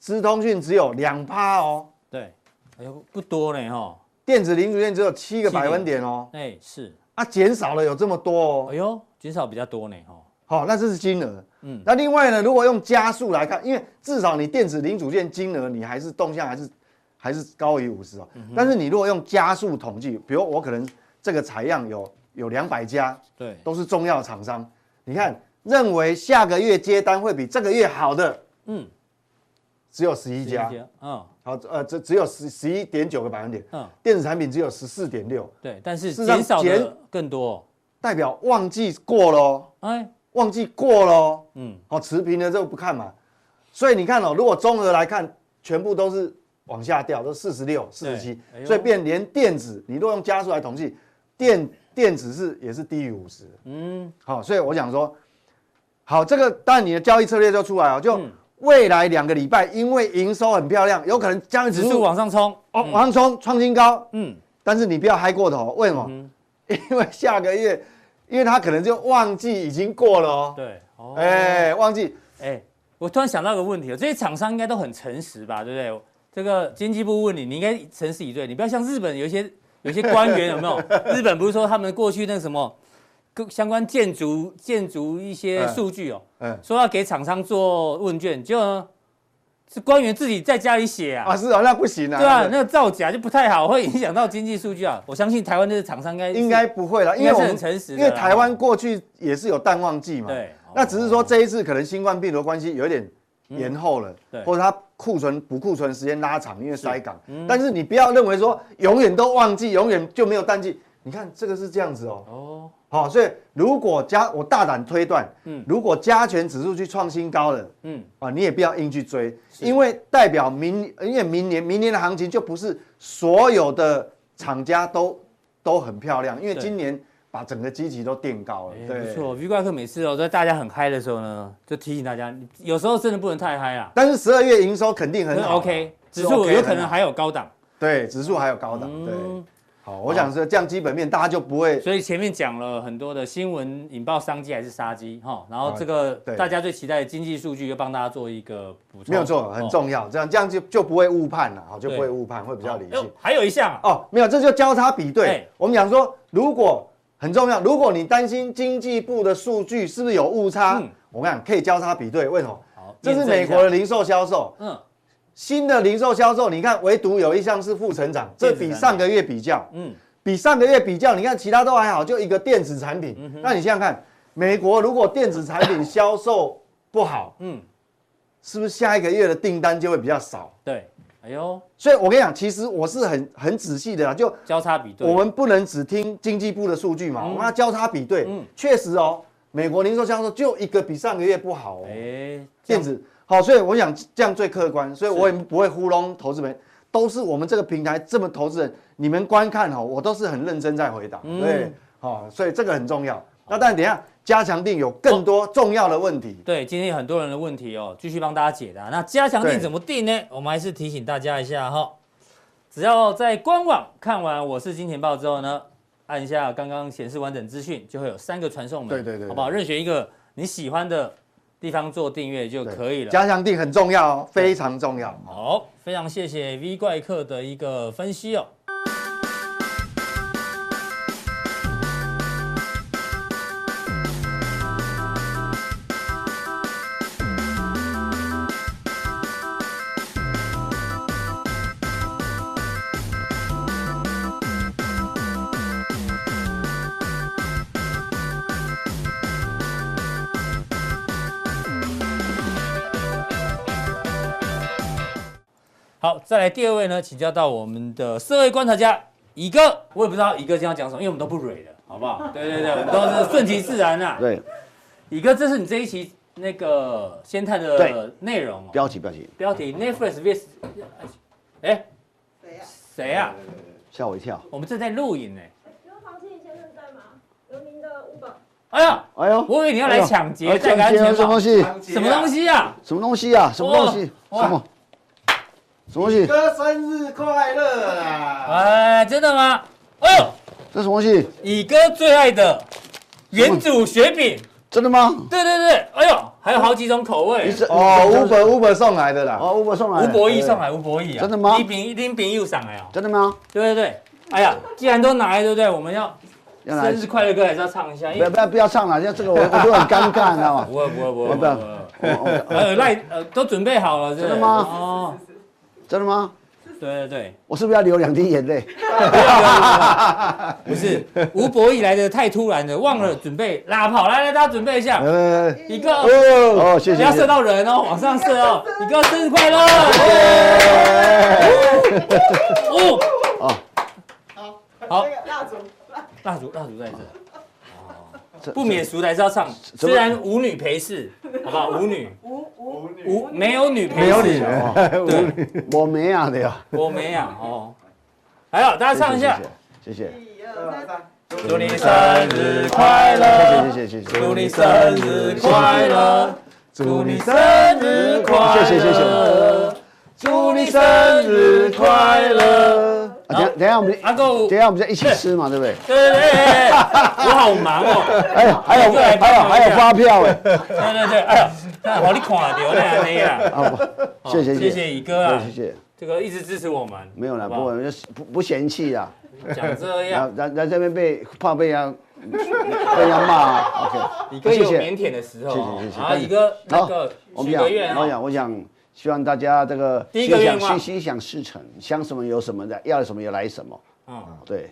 资通讯只有两趴哦，
对，哎呦不多呢哈，
电子零组件只有七个
七点
百分点哦，
哎是，
啊，减少了有这么多哦
哎，呦减少比较多呢哦哈，
好、那这是金额。
嗯
嗯，那另外呢，如果用加速来看，因为至少你电子零组件金额你还是动向还是还是高于五十哦。但是你如果用加速统计，比如我可能这个采样有有两百家
对，
都是重要厂商，你看认为下个月接单会比这个月好的
嗯
只有十一家，
嗯
好呃只只有十十一点九个百分点，
嗯
电子产品只有十四点六，
对，但是
事实上
减少的
减
更多，
代表旺季过了哦，
哎
旺季过了哦。
嗯
哦，持平的这个不看嘛。所以你看哦，如果综合来看，全部都是往下掉，都四十六、四十
对
七
哎，呦
所以变连电子，你若用加速来统计，电电子是也是低于五十。
嗯，
好，所以我想说，好，这个当然你的交易策略就出来了，哦就
嗯
未来两个礼拜，因为营收很漂亮，有可能交易指
指数
数
往上冲，
哦往上冲创新高，
嗯，
但是你不要嗨过头，为什么？ 因为下个月，因为它可能就旺季已经过了哦，
对，哦，
哎，旺季
哎，我突然想到一个问题哦，这些厂商应该都很诚实吧，对不对？这个经济部问你，你应该诚实以对，你不要像日本有一些有一些官员有没 有？日本不是说他们过去那个什么，各相关建筑建筑一些
嗯
数据哦，
嗯
说要给厂商做问卷，结果呢是官员自己在家里写啊
啊，是啊，那不行啊，
对啊，
那
那个造假就不太好，会影响到经济数据啊。我相信台湾的厂商应该是
应该不会了，
应
因为
该
我
是很
们
诚实的
因
啦，
为台湾过去也是有淡旺季嘛，
对，
那只是说
哦嗯
这一次可能新冠病毒的关系有一点延后了，
对
或者它库存补库存时间拉长，因为塞港。
嗯
但是你不要认为说永远都旺季，永远就没有淡季。你看这个是这样子哦，
哦，
好、所以如果加我大胆推断，
嗯
如果加权指数去创新高了。
嗯，
啊，你也不要硬去追，
是
因为代表明，因为明年明年的行情就不是所有的厂家都都很漂亮，因为
对
今年把整个基期都垫高了
哎，
对，
不错。V 怪客每次哦，在大家很嗨的时候呢，就提醒大家，你有时候真的不能太嗨啊。
但是十二月营收肯定很
那
好
嗯
啊
OK，
是
指数
OK
有
的
可能还有高档。
对指数还有高档，对，
嗯，
好，我想是这样基本面大家就不会
所以前面讲了很多的新闻引爆商机还是杀机哈，然后
啊
这个
对
大家最期待的经济数据又帮大家做一个补充，
没有错，很
哦
重要，这样这样就就不会误判了，好，就
对
不会误判，会比较理
哎
性
呦。还有一项啊，
哦，没有，这就交叉比
哎
对。我们讲说，如果很重要，如果你担心经济部的数据是不是有误差，
嗯
我跟你讲可以交叉比对。为什么？
好，
这是
验证一
美
下
国的，零售销售，
嗯
新的零售销售，你看唯独有一项是负成长，这
电
比
子产品
上个月比较，
嗯，
比上个月比较，你看其他都还好，就一个电子产品。
嗯
那你想想看，美国如果电子产品销售不好，
嗯
嗯，是不是下一个月的订单就会比较少？
对，哎呦，
所以我跟你讲，其实我是很很仔细的啦，就
交叉比对，
我们不能只听经济部的数据嘛，我们要交叉比对
嗯。
确实哦，美国零售销售就一个比上个月不好哦，
哎，
电子好，所以我想这样最客观，所以我也不会糊弄投资人，都是我们这个平台这么投资人，你们观看哦，我都是很认真在回答，
嗯
对，好，所以这个很重要。那但等一下加强定有更多重要的问题，
对，今天有很多人的问题哦，继续帮大家解答。那加强定
对
怎么定呢？我们还是提醒大家一下哈、只要在官网看完《我是金钱豹》之后呢，按一下刚刚显示完整资讯，就会有三个传送门，
对对对对
好不好？任选一个你喜欢的地方做订阅就可以了。
加强定很重要哦，非常重要。好
好，非常谢谢 V 怪客的一个分析哦。好，再来第二位呢，请教到我们的社会观察家乙哥，我也不知道乙哥今天要讲什么，因为我们都不蕊的，好不好？对对对，我们都是顺其自然啊。
对，
乙哥，这是你这一期那个先探的
对
内容、哦，
标题标题，
标题 Netflix vs，哎，
谁呀？
谁啊？
吓我一跳。
我们正在录影呢。
有黄庆先生在吗？有名的五本。
哎呀，
哎呦，
我以为你要来抢
哎
劫，
呦
戴个安全
什么
帽
东，西？
什么东西啊？
什么东西啊？什么东西？
哇
什么？什么东西？
哥生日快乐啊啦！
哎，真的吗？哎呦，
这什么东西？
乙哥最爱的原主雪饼，
真的吗？
对对对，哎呦，还有好几种口味。
是
哦，Uber Uber 送来的啦。
哦，吴伯送来
吴
的。
博义上来，吴博义啊，
真的吗
一饼一丁饼又上来啊，
真的吗？
对对对，哎呀，既然都拿来，对不对？我们要
要
生
来？
日快乐歌还是要唱一下，
不
因为
要不要不要唱了，像这个我我都很尴尬，你知道 吗？哦
不会不会不会
要
不
不
会
要
不会。
我我
呃，赖呃都准备好了，是不是
真的吗
哦，
真的吗？
对对对，
我是不是要流两滴 眼泪？
不 是吴博义来的太突然了，忘了准备拉炮，来来大家准备一下，
呃，
一个
哦，
哦，谢
不
谢。
要
谢谢
射到人哦，往上射 哦，一个生日快乐，
哎
哦，
哦，
好，
蜡烛，
蜡烛蜡烛在这。哦
这
不免俗的还是要唱，
怎
虽
么
然舞女陪侍，好不好？舞女，
五五
女
无没有女陪
没有
侍
你，哦
对，
我没啊的呀，
我没有哦。还有，大家唱一下，
谢谢，
哎
祝你生日快
谢
乐，
谢谢谢谢谢，
祝你生日快乐，祝你生日快乐，
谢谢谢谢，
祝你生日快乐。
啊等一下等一下我们
阿狗，
等一
对
下我们再一起吃嘛，对不对？
对对，我好忙哦。
哎呀，还有
对对
还有还有发票哎，
对对对，哎呀，那我你看到那那样。
啊不，谢谢
谢谢
谢谢
乙哥啊
谢，谢，
这个一直支持我们。
没有
好哎
啦，不
不好
我就是不不嫌弃啦，
讲这样，
然然然这边被怕被人 家被人家骂啊，OK，
乙哥有
谢谢
腼腆的时候哦。
谢谢谢谢
啊，乙哥那
好
个，
我们
许个愿
想，我
哦。
想，我想，希望大家这个
第一个愿
心
望
想心想事成，想什么有什么的，要什么有来什么。
嗯，
对，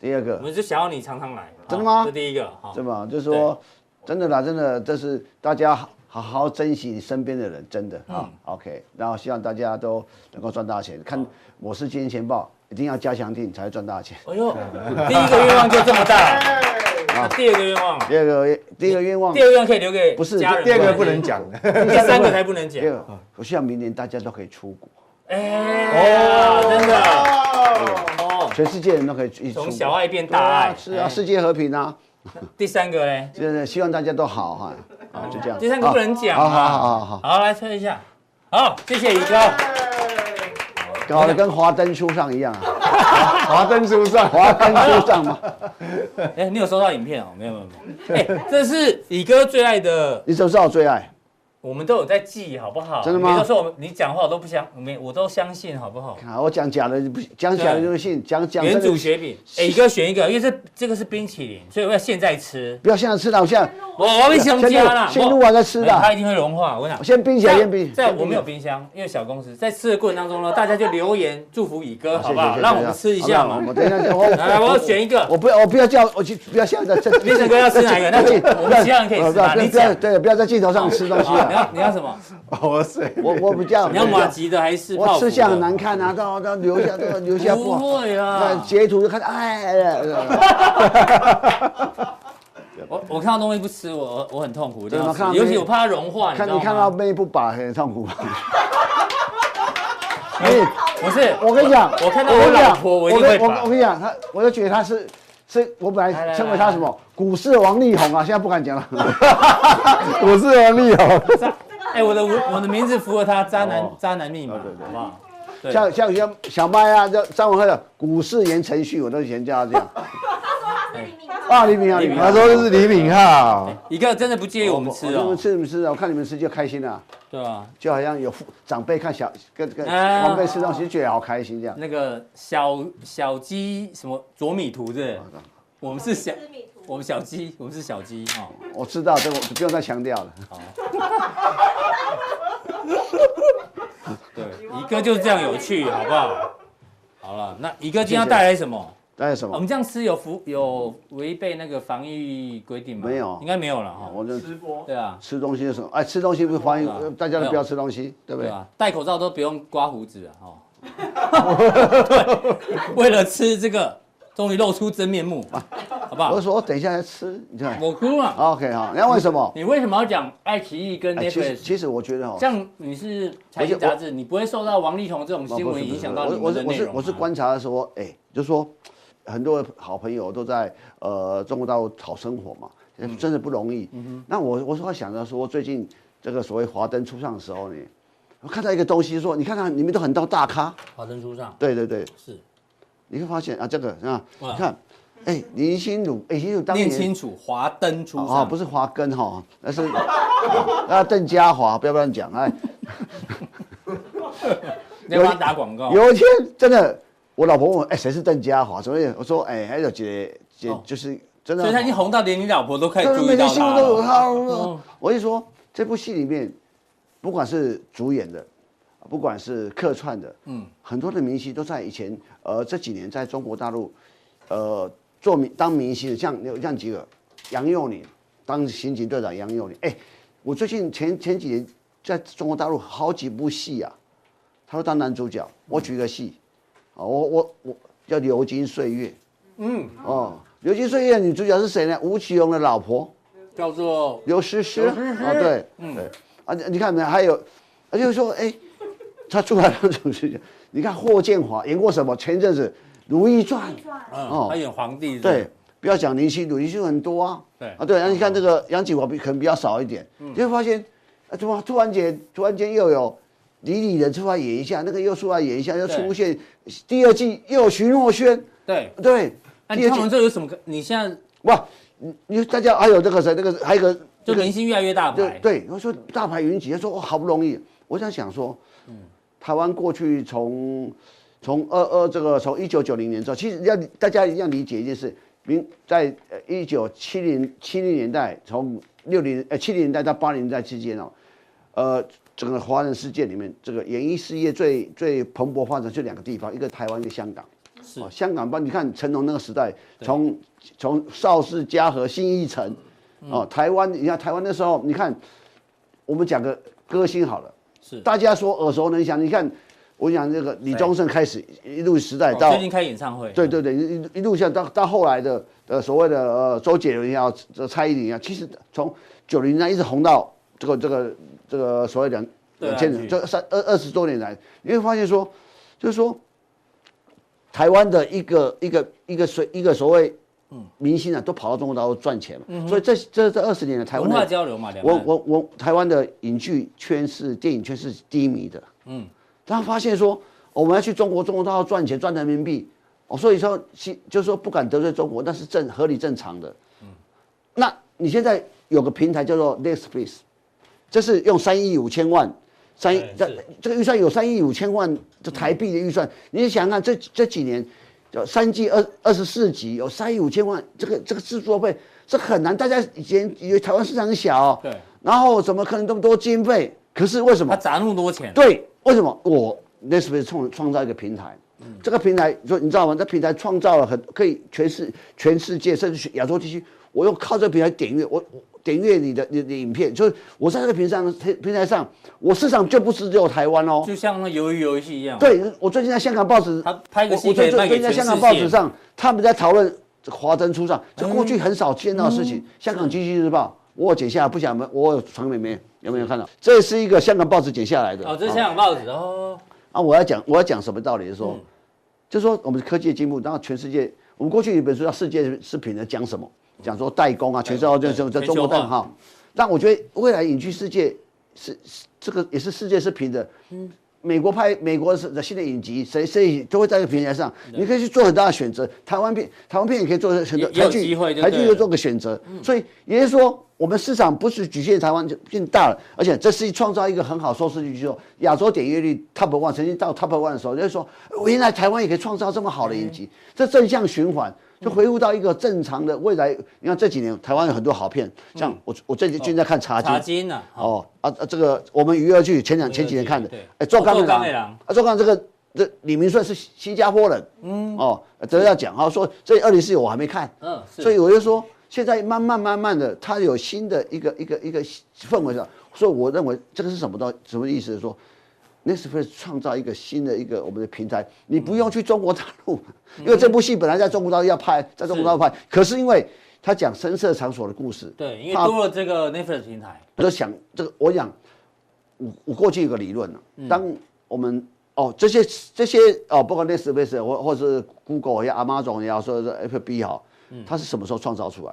第二
我
个，
们就想要你常常来。
真的吗
这第一个哈。
对吧？就是说，真的啦，真的，这是大家好好珍惜你身边的人，真的
嗯
啊。OK，然后希望大家都能够赚大钱。看《我是金钱钱报》，一定要加强定才会赚大钱。
哎呦，第一个愿望就这么大，那第二个愿望，啊
第二个，第一个愿望
第，二个愿望可以留给
不是
家人
第二个不能，讲，
第三个才不能讲
第。二个，我希望明年大家都可以出国，
哎，真的哦，
全世界人都可以一起出
从
国。
小爱变
对
大
啊，
爱，
是啊，
哎
世界和平啊。
第三个嘞，
就是希望大家都好哈，啊，就这样。
第三个不能讲
好好
啊。
好好好，
好，来吹一下。好，谢谢宇 哥。
搞得跟华灯初上一 样啊，
华灯初上，
华灯初上嘛。
哎，你有收到影片哦？没有没有没有。哎，这是宇哥最爱的，
你怎么知道我最爱？我
我们都有在记，好不好？
真的吗
你都说我们，你讲话我都不相，没我都相信，好不好？
看啊我讲假的就不讲假的就不信，讲讲
原
真
主
的
雪 饼，哎，宇哥选一个，因为这这个是冰淇淋，所以我要现在吃。
不要现在吃了，我现在
我我会想
现
家
在
啊啦，
现录完再吃
哎它
的，啊
一定会融化。我跟你讲，
先冰起来，先冰起来。
在我们有冰箱，因为小公司，在吃的过程当中呢， 大家就留言祝福乙哥，
谢谢，
好不好？
啊谢谢
让我们吃一下嘛
好那。我等一下，我
来，我要选一 个，
我不要，我不要叫我去，不要现在 在。
立成哥要吃哪一个？那
不要
就我们其他人可以吃
不要
吧？你
不要不
讲
要，。对，不要在镜头上吃东西
好，你
啊！
要你要什么？
哇塞，
我我比较，
你要马吉的还是泡
我
芙的？
吃相很难看啊，到到留下都留下不
不
好。
会
那
啊，
截图就看，哎，哎
我我看到东西不吃，我我我很痛苦，一定
对
要
我看到
吃。尤
没
其我怕它融化，
哎
你知
看
道
你
吗？
看到妹不把很痛苦。
哎不是，
我跟你讲，
我看到我
跟你讲
老婆我一
我
定会
跟我
拔
我跟你讲，他我就觉得他是是我本
来来
来称为他什么股市王力宏啊，现在不敢讲了。
我是王力宏，
哎，我的我的名字符合他渣男
哦
渣男密码，
对对对
好不好？对
像像像小麦啊，叫张文赫的股市言承旭，我都以前叫他这样。啊，李敏啊，李敏，
他
他说的是李敏镐，
哎乙哥真的不介意我们吃
你
哦
们，吃你们吃啊，我看你们吃就开心了、啊，
对吧？
就好像有父长辈看小跟跟
啊
长辈吃东西，觉得好开心这样。
那个小小鸡什么啄米图是不是？我们是小，我们小鸡，我们是小鸡哦。
我知道，这个我不用再强调了。
对，一哥就是这样有趣，好不好？好了，那一哥今天要带来什么？
那是什
我
么
们？这样吃有服有违背那个防疫规定吗？
没有
应该没有了哈。
我就
对啊，
吃东西的时候，哎，吃东西不是欢
对啊
迎大家都不要吃东西，对不
对
对？
啊，戴口罩都不用刮胡子了哈。 对，为了吃这个，终于露出真面目，好不
我就
好？
说，我等一下再吃，你看。
我哭了。
OK 好，那为 什么？
你为什么要讲爱奇艺跟
哎，其实
Netflix？
其实我觉得哦，
像你是财经杂志，你不会受到王力宏这种新
不
闻
是
影响到
不
你
是我
们
是
的
我
内
是
容啊
我是
吗
观察说，哎，就说很多好朋友都在呃中国大陆讨生活嘛，
嗯
真的不容易。那我我说想着说，最近这个所谓华灯初上的时候呢，我看到一个东西说，你看看你们都很多大咖，
华灯初上
对对对，
是
你会发现啊，这个啊，
哇
你看，哎，林心如，哎，林心如当
念
年
清楚，华灯初
哦，
上
不是华根哈，那是 那邓家华，不要乱讲哎。
你要帮他打广告。
有一天真的，我老婆问我，哎、谁是邓家华？怎么也我说，哎、还有姐姐、
哦
就是真的，
所以他已经红到连你老婆都开始注
每
意
天
到
新闻
他
都有
了。
他。
哦
我就说，这部戏里面，不管是主演的，不管是客串的，
嗯
嗯，很多的明星都在以前，呃，这几年在中国大陆，呃，做明当明星的，像有像几个，杨佑宁当刑警队长杨佑宁，哎、我最近前前几年在中国大陆好几部戏啊，他都当男主角。我举个戏，啊，我我我叫《流金岁月》，
嗯，
哦，《流金岁月》女主角是谁呢？吴奇隆的老婆
叫做
刘诗诗，
刘诗诗嗯
啊，对，对，啊，啊，你看没有？还有，啊就是说，哎、他出来那种事情，你看霍建华演过什么？前阵子《如懿传》，
嗯
哦，
他演皇帝是不是
对，，不要讲林夕，鲁林夕很多啊，
对嗯
啊对，然后你看这个杨景华比可能比较少一点，你会发现，啊怎么突然间突然间又有李李仁出来演一下，那个又出来演一下，又
对
出现第二季又有徐若瑄，
对。
对，
那
第
你
二
看完
季
这有什么可？你现在
哇，你你大家还有这个谁，那个还有一个
就
那个
明星越来越大牌
对，对，我说大牌云集，他说哦好不容易，我在想说，台湾过去从从二二这个从一九九零年之后，其实要大家一定要理解一件事，明在呃一九七零七零年代从六零呃七零年代到八零年代之间哦，呃。整个华人世界里面，这个演艺事业最最蓬勃发展就两个地方，一个台湾，一个香港。
是
哦香港吧？你看成龙那个时代，从从邵氏、嘉禾、新一城，
嗯
哦，台湾，你看台湾那时候，你看我们讲个歌星好了，
是
大家说耳熟能详。你看，我讲这个李宗盛开始一路时代
哦
到
最，近开演唱会，
对对对，一一一路下到到后来的呃所谓的呃周杰伦也好，这蔡依林啊，其实从九零年代一直红到这个这个这个所谓两
对啊
两千
去
年，这三二二十多年来，你会发现说，就是说台湾的一个一个一个所一个所谓。
嗯
明星啊，都跑到中国大陆赚钱嘛，所以这这这二十年的台湾
文
的
化交流嘛，两
我
岸
我我，台湾的影剧圈是电影圈是低迷的，嗯，他发现说哦我们要去中国，中国大陆赚钱赚人民币，哦，所以说其就是说不敢得罪中国，那是正合理正常的，嗯，那你现在有个平台叫做 Netflix，这是用三亿五千万。三亿
对，
这
哎是
这个预算有三亿五千万的台币的预算，你想想看，这这几年，呃三季二二十四集有三亿五千万，这个这个制作费这很难。大家以前以为台湾市场很小、哦，
对，
然后怎么可能这么多经费？可是为什
他
么？
砸那么多钱，
对，为什么我 Netflix 创创造一个平台？这个平台，说你知道吗？这平台创造了很可以全世全世界甚至亚洲地区，我用靠这个平台点阅，我我点阅你的你的影片，就是我在这个平台上平台上，我市场就不是只有台湾哦。
就像那鱿鱼游戏一样，，
对，我最近在香港报纸，
他拍个
我
戏
我最
可以卖
最
给
近在
全
香港
世
报
界嗯
纸上，他们在讨论这个华灯初上，这过去很少见到的事情。香港经济日报，我有剪下来，不想我有传给你们，有没有看到？这是一个香港报纸剪下来的。
哦，这是香港报纸哦，
啊，我要讲我要讲什么道理？就
嗯
是说，就是说我们科技的进步，然后全世界，我们过去有一本书叫《世界视频》的，讲什么？讲说代工啊，全世界
对
这什么在
全
中国
球化
代工哈。但我觉得未来影剧世界是是这个也是世界是平的，
嗯
美国拍美国的新的影集，谁谁都会在这个平台上，你可以去做很大的选择。台湾片，台湾片也可以做很多，
也也有
台剧
机会就
台
对
剧
了
又做个选择。所以也就是说，我们市场不是局限台湾就变大了，而且这是创造一个很好收视率，就是说亚洲点阅率 top one，曾经到 top one 的时候，就是说哦原来台湾也可以创造这么好的影集，这正向循环。就回复到一个正常的未来，你看这几年台湾有很多好片，像我我最近最近在看《茶经
茶》，金呐，
哦啊啊，这个我们娱乐剧前两前几年看的
对，
哎，做
哦
钢
做
的
钢
郎
的郎
啊，做钢这个这李明顺是新新加坡人，嗯，哦，得要讲哈，说这二零四我还没看，
嗯，是
所以我就说现在慢慢慢慢的，它有新的一个一个一个氛围上，所以我认为这个是什么东什么意思？说 Netflix 创造一个新的一个我们的平台，你不用去中国大陆，因为这部戏本来在中国大陆要拍，在中国大陆拍，可是因为他讲深色场所的故事，
对，因为
怕
多了这个 Netflix 平台，
我就想这个，我想我我过去有个理论呢、啊当我们哦这些这些哦，不管 Netflix 或或是 Google 也好 Amazon 也好，说是 F B 也好，它是什么时候创造出来？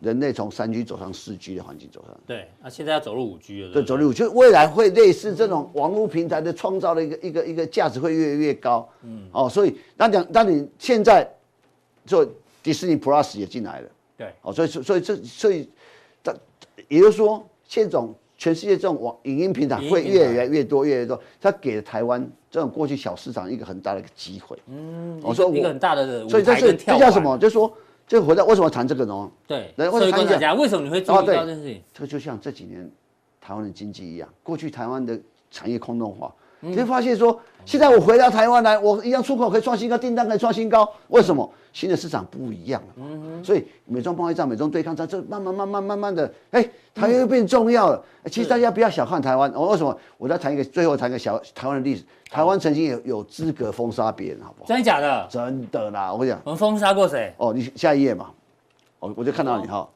人类从三 G 走上四 G 的环境走上，
对，那现在要走入五 G 了，
对，
不
走路就是未来会类似这种网络平台的创造的一个一个一个价值会越来越高，嗯，哦，所以那讲，那你现在做迪士尼 Plus 也进来了。
对，
哦，所以所以所以这所以，这也就是说，现种全世界这种网影音平台
影音
会
平
越
台
来越多，越来越多，它给了台湾这种过去小市场一个很大的一个机会。嗯，我
一
说
个一个
我，
很大的舞
所以这
台
是
跟跳
这
板
叫什？么？就是说，这回到为什么谈这个呢？
对，
来
所
我
以
想
观
看一下
察家为什么你会注意
哦
到
对
这件事情？
这个就像这几年台湾的经济一样，过去台湾的产业空洞化，你会发现说，现在我回到台湾来，我一样出口可以创新高，订单可以创新高，为什么？新的市场不一样了嘛，所以美中贸易战、美中对抗战，这慢慢、慢慢、慢慢的，哎，台湾又变重要了。哎其实大家不要小看台湾，哦，为什么？我再谈一个，最后谈一个小台湾的历史，台湾曾经有有资格封杀别人，好不好？
真的假的？
真的啦，我跟你讲，
我们封杀过谁？
哦，你下一页嘛，哦，我就看到你哈，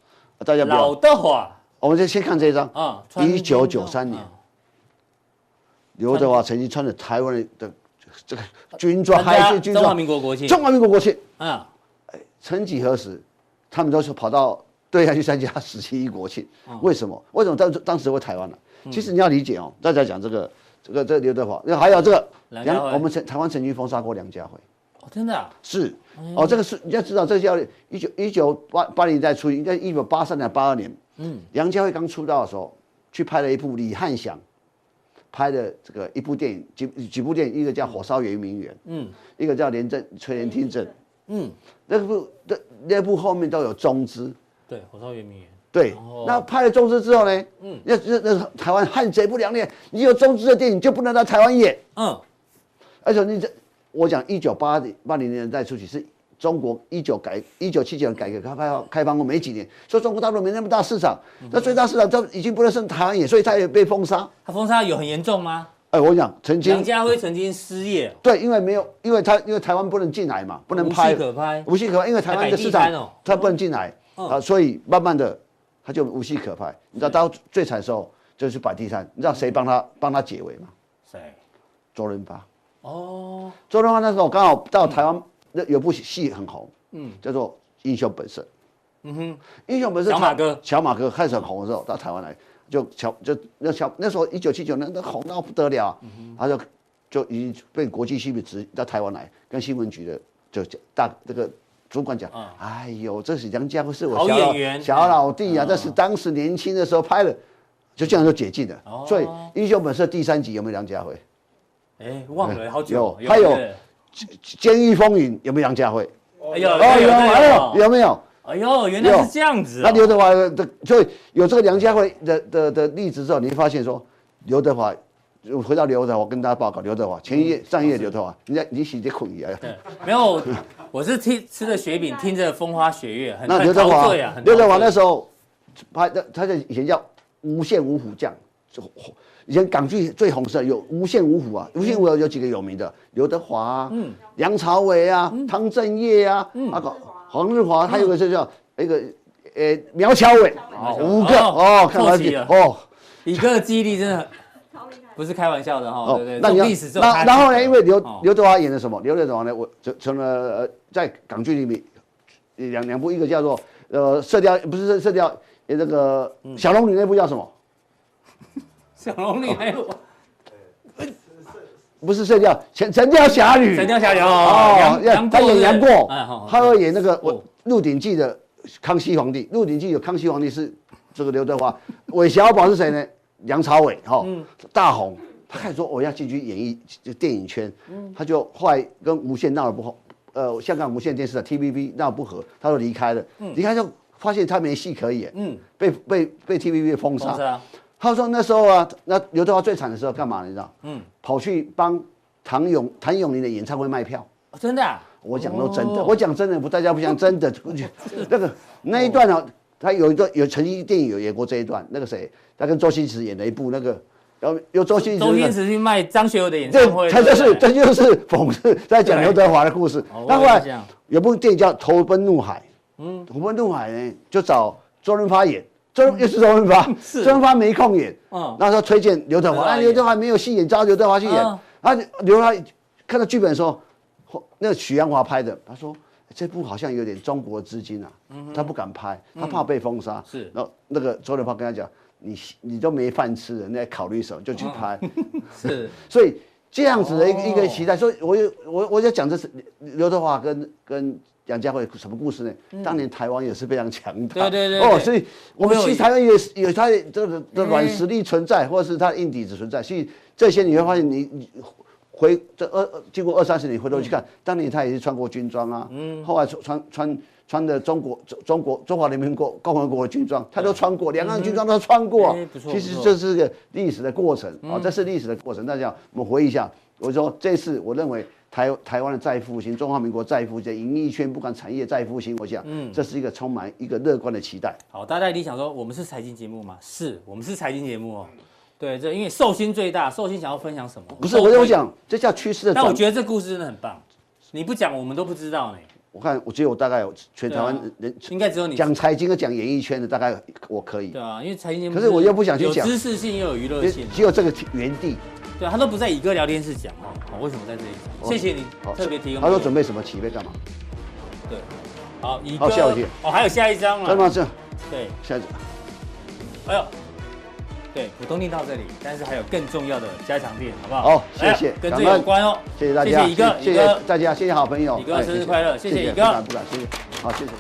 大家不要
老，豆啊，
我们就先看这一张
啊，
一九九三年，
啊
刘德华曾经穿着台湾的的这个军装，
参
还
加
是军
中华
装，
民国国庆，
中华民国国庆。
嗯，
曾几何时，他们都是跑到对岸去参加十七一国庆，
嗯
为什么？为什么当当时会台湾呢、其实你要理解哦，大家讲这个这个这个刘德华，那还有这个
梁家辉
我们曾台湾曾经封杀过梁家辉，
哦真的啊，
是哦，这个是你要知道，这个叫一九一九八八零年代初，应该一九八三年八二年，嗯，梁家辉刚出道的时候，去拍了一部李翰祥拍的这个一部电影，几几部电影，一个叫《火烧圆明园》，嗯，一个叫《廉政垂帘听政》，
嗯，
那部那那部后面都有中资，
对，火烧圆明园，
对
哦，
那拍了中资之后呢，嗯，那那那台湾汉贼不两立，你有中资的电影就不能来台湾演，
嗯，
而且你这我讲一九八八零年代初期是中国一九改一九七九年改革开放开放后没几年，所以中国大陆没那么大市场，那最大市场它已经不能剩台湾演，所以它也被封杀。
他封杀有很严重吗？
哎，我讲曾
梁
经
家辉曾经失业哦，
对，因为没有，因为他因为台湾不能进来嘛，不能
无
拍
戏，可拍，
无戏可拍，因为台湾的市
还摆地摊
场
哦
它不能进来
嗯
啊，所以慢慢的他就无戏可拍。你知道到最惨的时候就是摆地摊，你知道谁帮他帮他解围吗？
谁？
周润发。
哦，
周润发那时候刚好到台湾，那有部戏很红，嗯，叫做《英雄本色》。嗯哼，英雄本色
小马哥
小马哥开始很红的时候，到台湾来就乔就那乔那时候一九七九年那红到不得了
嗯
啊，他就就已经被国际新闻局到台湾来跟新闻局的就讲大这个主管讲，哎呦，这是梁家辉是我
嗯好
小
演
老
员嗯
小老弟啊，这是当时年轻的时候拍的，就这样就解禁了。
哦
所以《英雄本色》第三集有没有梁家辉？
哎，忘了好久，
有还有
对
《监狱风云》有没有梁家辉？
哎呦，
哦，有
哎
有
呦，
有没有？
哎呦，原来是这样子哦，
那刘德华的，所以有这个梁家辉的的的例子之后，你会发现说，刘德华，回到刘德华，我跟大家报告，刘德华前一夜上一页刘德华，人家你洗这捆一啊，
对，没有，我是听吃着雪饼，听着风花雪月，很
那
很
刘德
陶
华
醉啊，，很陶醉
刘德华那时候拍的，他在以前叫无线五虎将，就以前港剧最红是有无线五虎啊，无线五虎有几个有名的，刘德华啊，
嗯
梁朝伟啊，汤镇业啊，那个黄日华，还
嗯
有个就叫一个呃苗侨伟，哦五个
哦
哦，看
凑
来
齐了
哦。
李哥的记忆力真的很
超厉害。
不是开玩笑的哈，
哦
对不对？，
那
这种
你要
历史这种
那然后呢？因为刘
哦
刘德华演的什么？刘德华呢？我成成了呃在港剧里面呃两两部，一个叫做呃《射雕》，不是《射射雕》，呃那个
嗯
小龙女那部叫什么？
小龙女还
哦
有
不是《射雕》，神《神雕侠侣》。
神雕侠侣
哦，
哦，
要他演杨过
哎好，，
他会演那个《
哦
我鹿鼎记》的康熙皇帝，《鹿鼎记》有康熙皇帝是这个刘德华，韦小宝是谁呢？梁朝伟哈，
嗯
大红。他开始说我要进军演艺就电影圈，
嗯
他就后来跟无线闹得不好，呃，香港无线电视的 TVB 闹不和，他就离开了。离开就发现他没戏可以演，
嗯，
被被被 TVB 封
是
杀。
啊，
他说那时候啊，那刘德华最惨的时候干嘛？你知道？
嗯
嗯，跑去帮唐咏谭咏麟的演唱会卖票。
哦真的啊，
我讲都真的，
哦
我讲真的，不大家不讲真的。 那个那一段啊，他有一段有曾经电影有演过这一段，那个谁，他跟周星驰演了一部那个，然后由周星驰
周
那
星
个。
驰去卖张学友的演
这
唱会，
他
对不
就是
对
这就是讽刺，在讲刘德华的故事
哦。
他后
我也是这
来
样
有部电影叫《投奔怒海》，嗯，《投奔怒海》呢就找周润发演，周润又是周润发，
是
周润发没空演，
嗯，
那时候推荐哦刘德华，
刘德华
那刘德华没有戏演，找刘德华去演
嗯。
啊，刘德华看到剧本的时候，后那个许鞍华拍的，他说哎这部好像有点中国资金啊，他不敢拍，他怕被封杀。
是
然后那个周润发跟他讲，你你都没饭吃了，你在考虑什么？就去拍。
是
所以这样子的一个
哦
一个期待，所以我有我我在讲这是刘德华跟跟杨家辉什么故事呢？当年台湾也是非常强大，
嗯对对对
哦，
对
所以我们
我有
其
一
实台湾也是有它的这个的
哎
软实力存在，或者是它的硬底子存在，所以这些你会发现你你。回这二二经过二三十年，回
嗯
头去看，当年他也是穿过军装啊，后来穿穿穿穿的中国中中国中华人民共共和国的军装，他都穿过，两岸军装都穿过
哎不错。
其
不
实
错嗯
这是个历史的过程啊，这是历史的过程。大家我们回忆一下，我说这次我认为台台湾的再复兴，中华民国再复兴，演艺圈不管产业再复兴，我想，嗯，这是一个充满一个乐观的期待。
好，大家一定想说，我们是财经节目吗？是我们是财经节目哦。对，这因为寿星最大，寿星想要分享什么？
不是，我
就
就，讲这叫趋势的
哦但我
转。
觉得这故事真的很棒，你不讲我们都不知道呢。
我看，我只有大概有全台湾
对啊
人
应该只有你
讲财经和讲演艺圈的，大概我可以
对。啊，因为财经节目
可是我又不想去
有
讲
知识性又有娱乐啊
也
性。
只有这个原地，
对啊他都不在以哥聊天室讲哦，好为什么在这里讲？谢谢你
好
特别提供。
哦他说准备什么？起飞干嘛？
对，好，以哥
好下一题
哦，还有下一张
真的
了。
吗？这
对，
下一次
哎呦，对，普通店到这里，但是还有更重要的加强店，好不好？
好
哎呦
谢谢
跟这
感
有
恩
关哦。
谢谢大家，
谢谢以哥，
谢
以
谢
哥。
大家，谢谢好朋友，
以哥
哎
生日
谢谢
快乐谢谢以
不
哥
敢不敢，谢谢，好，谢谢。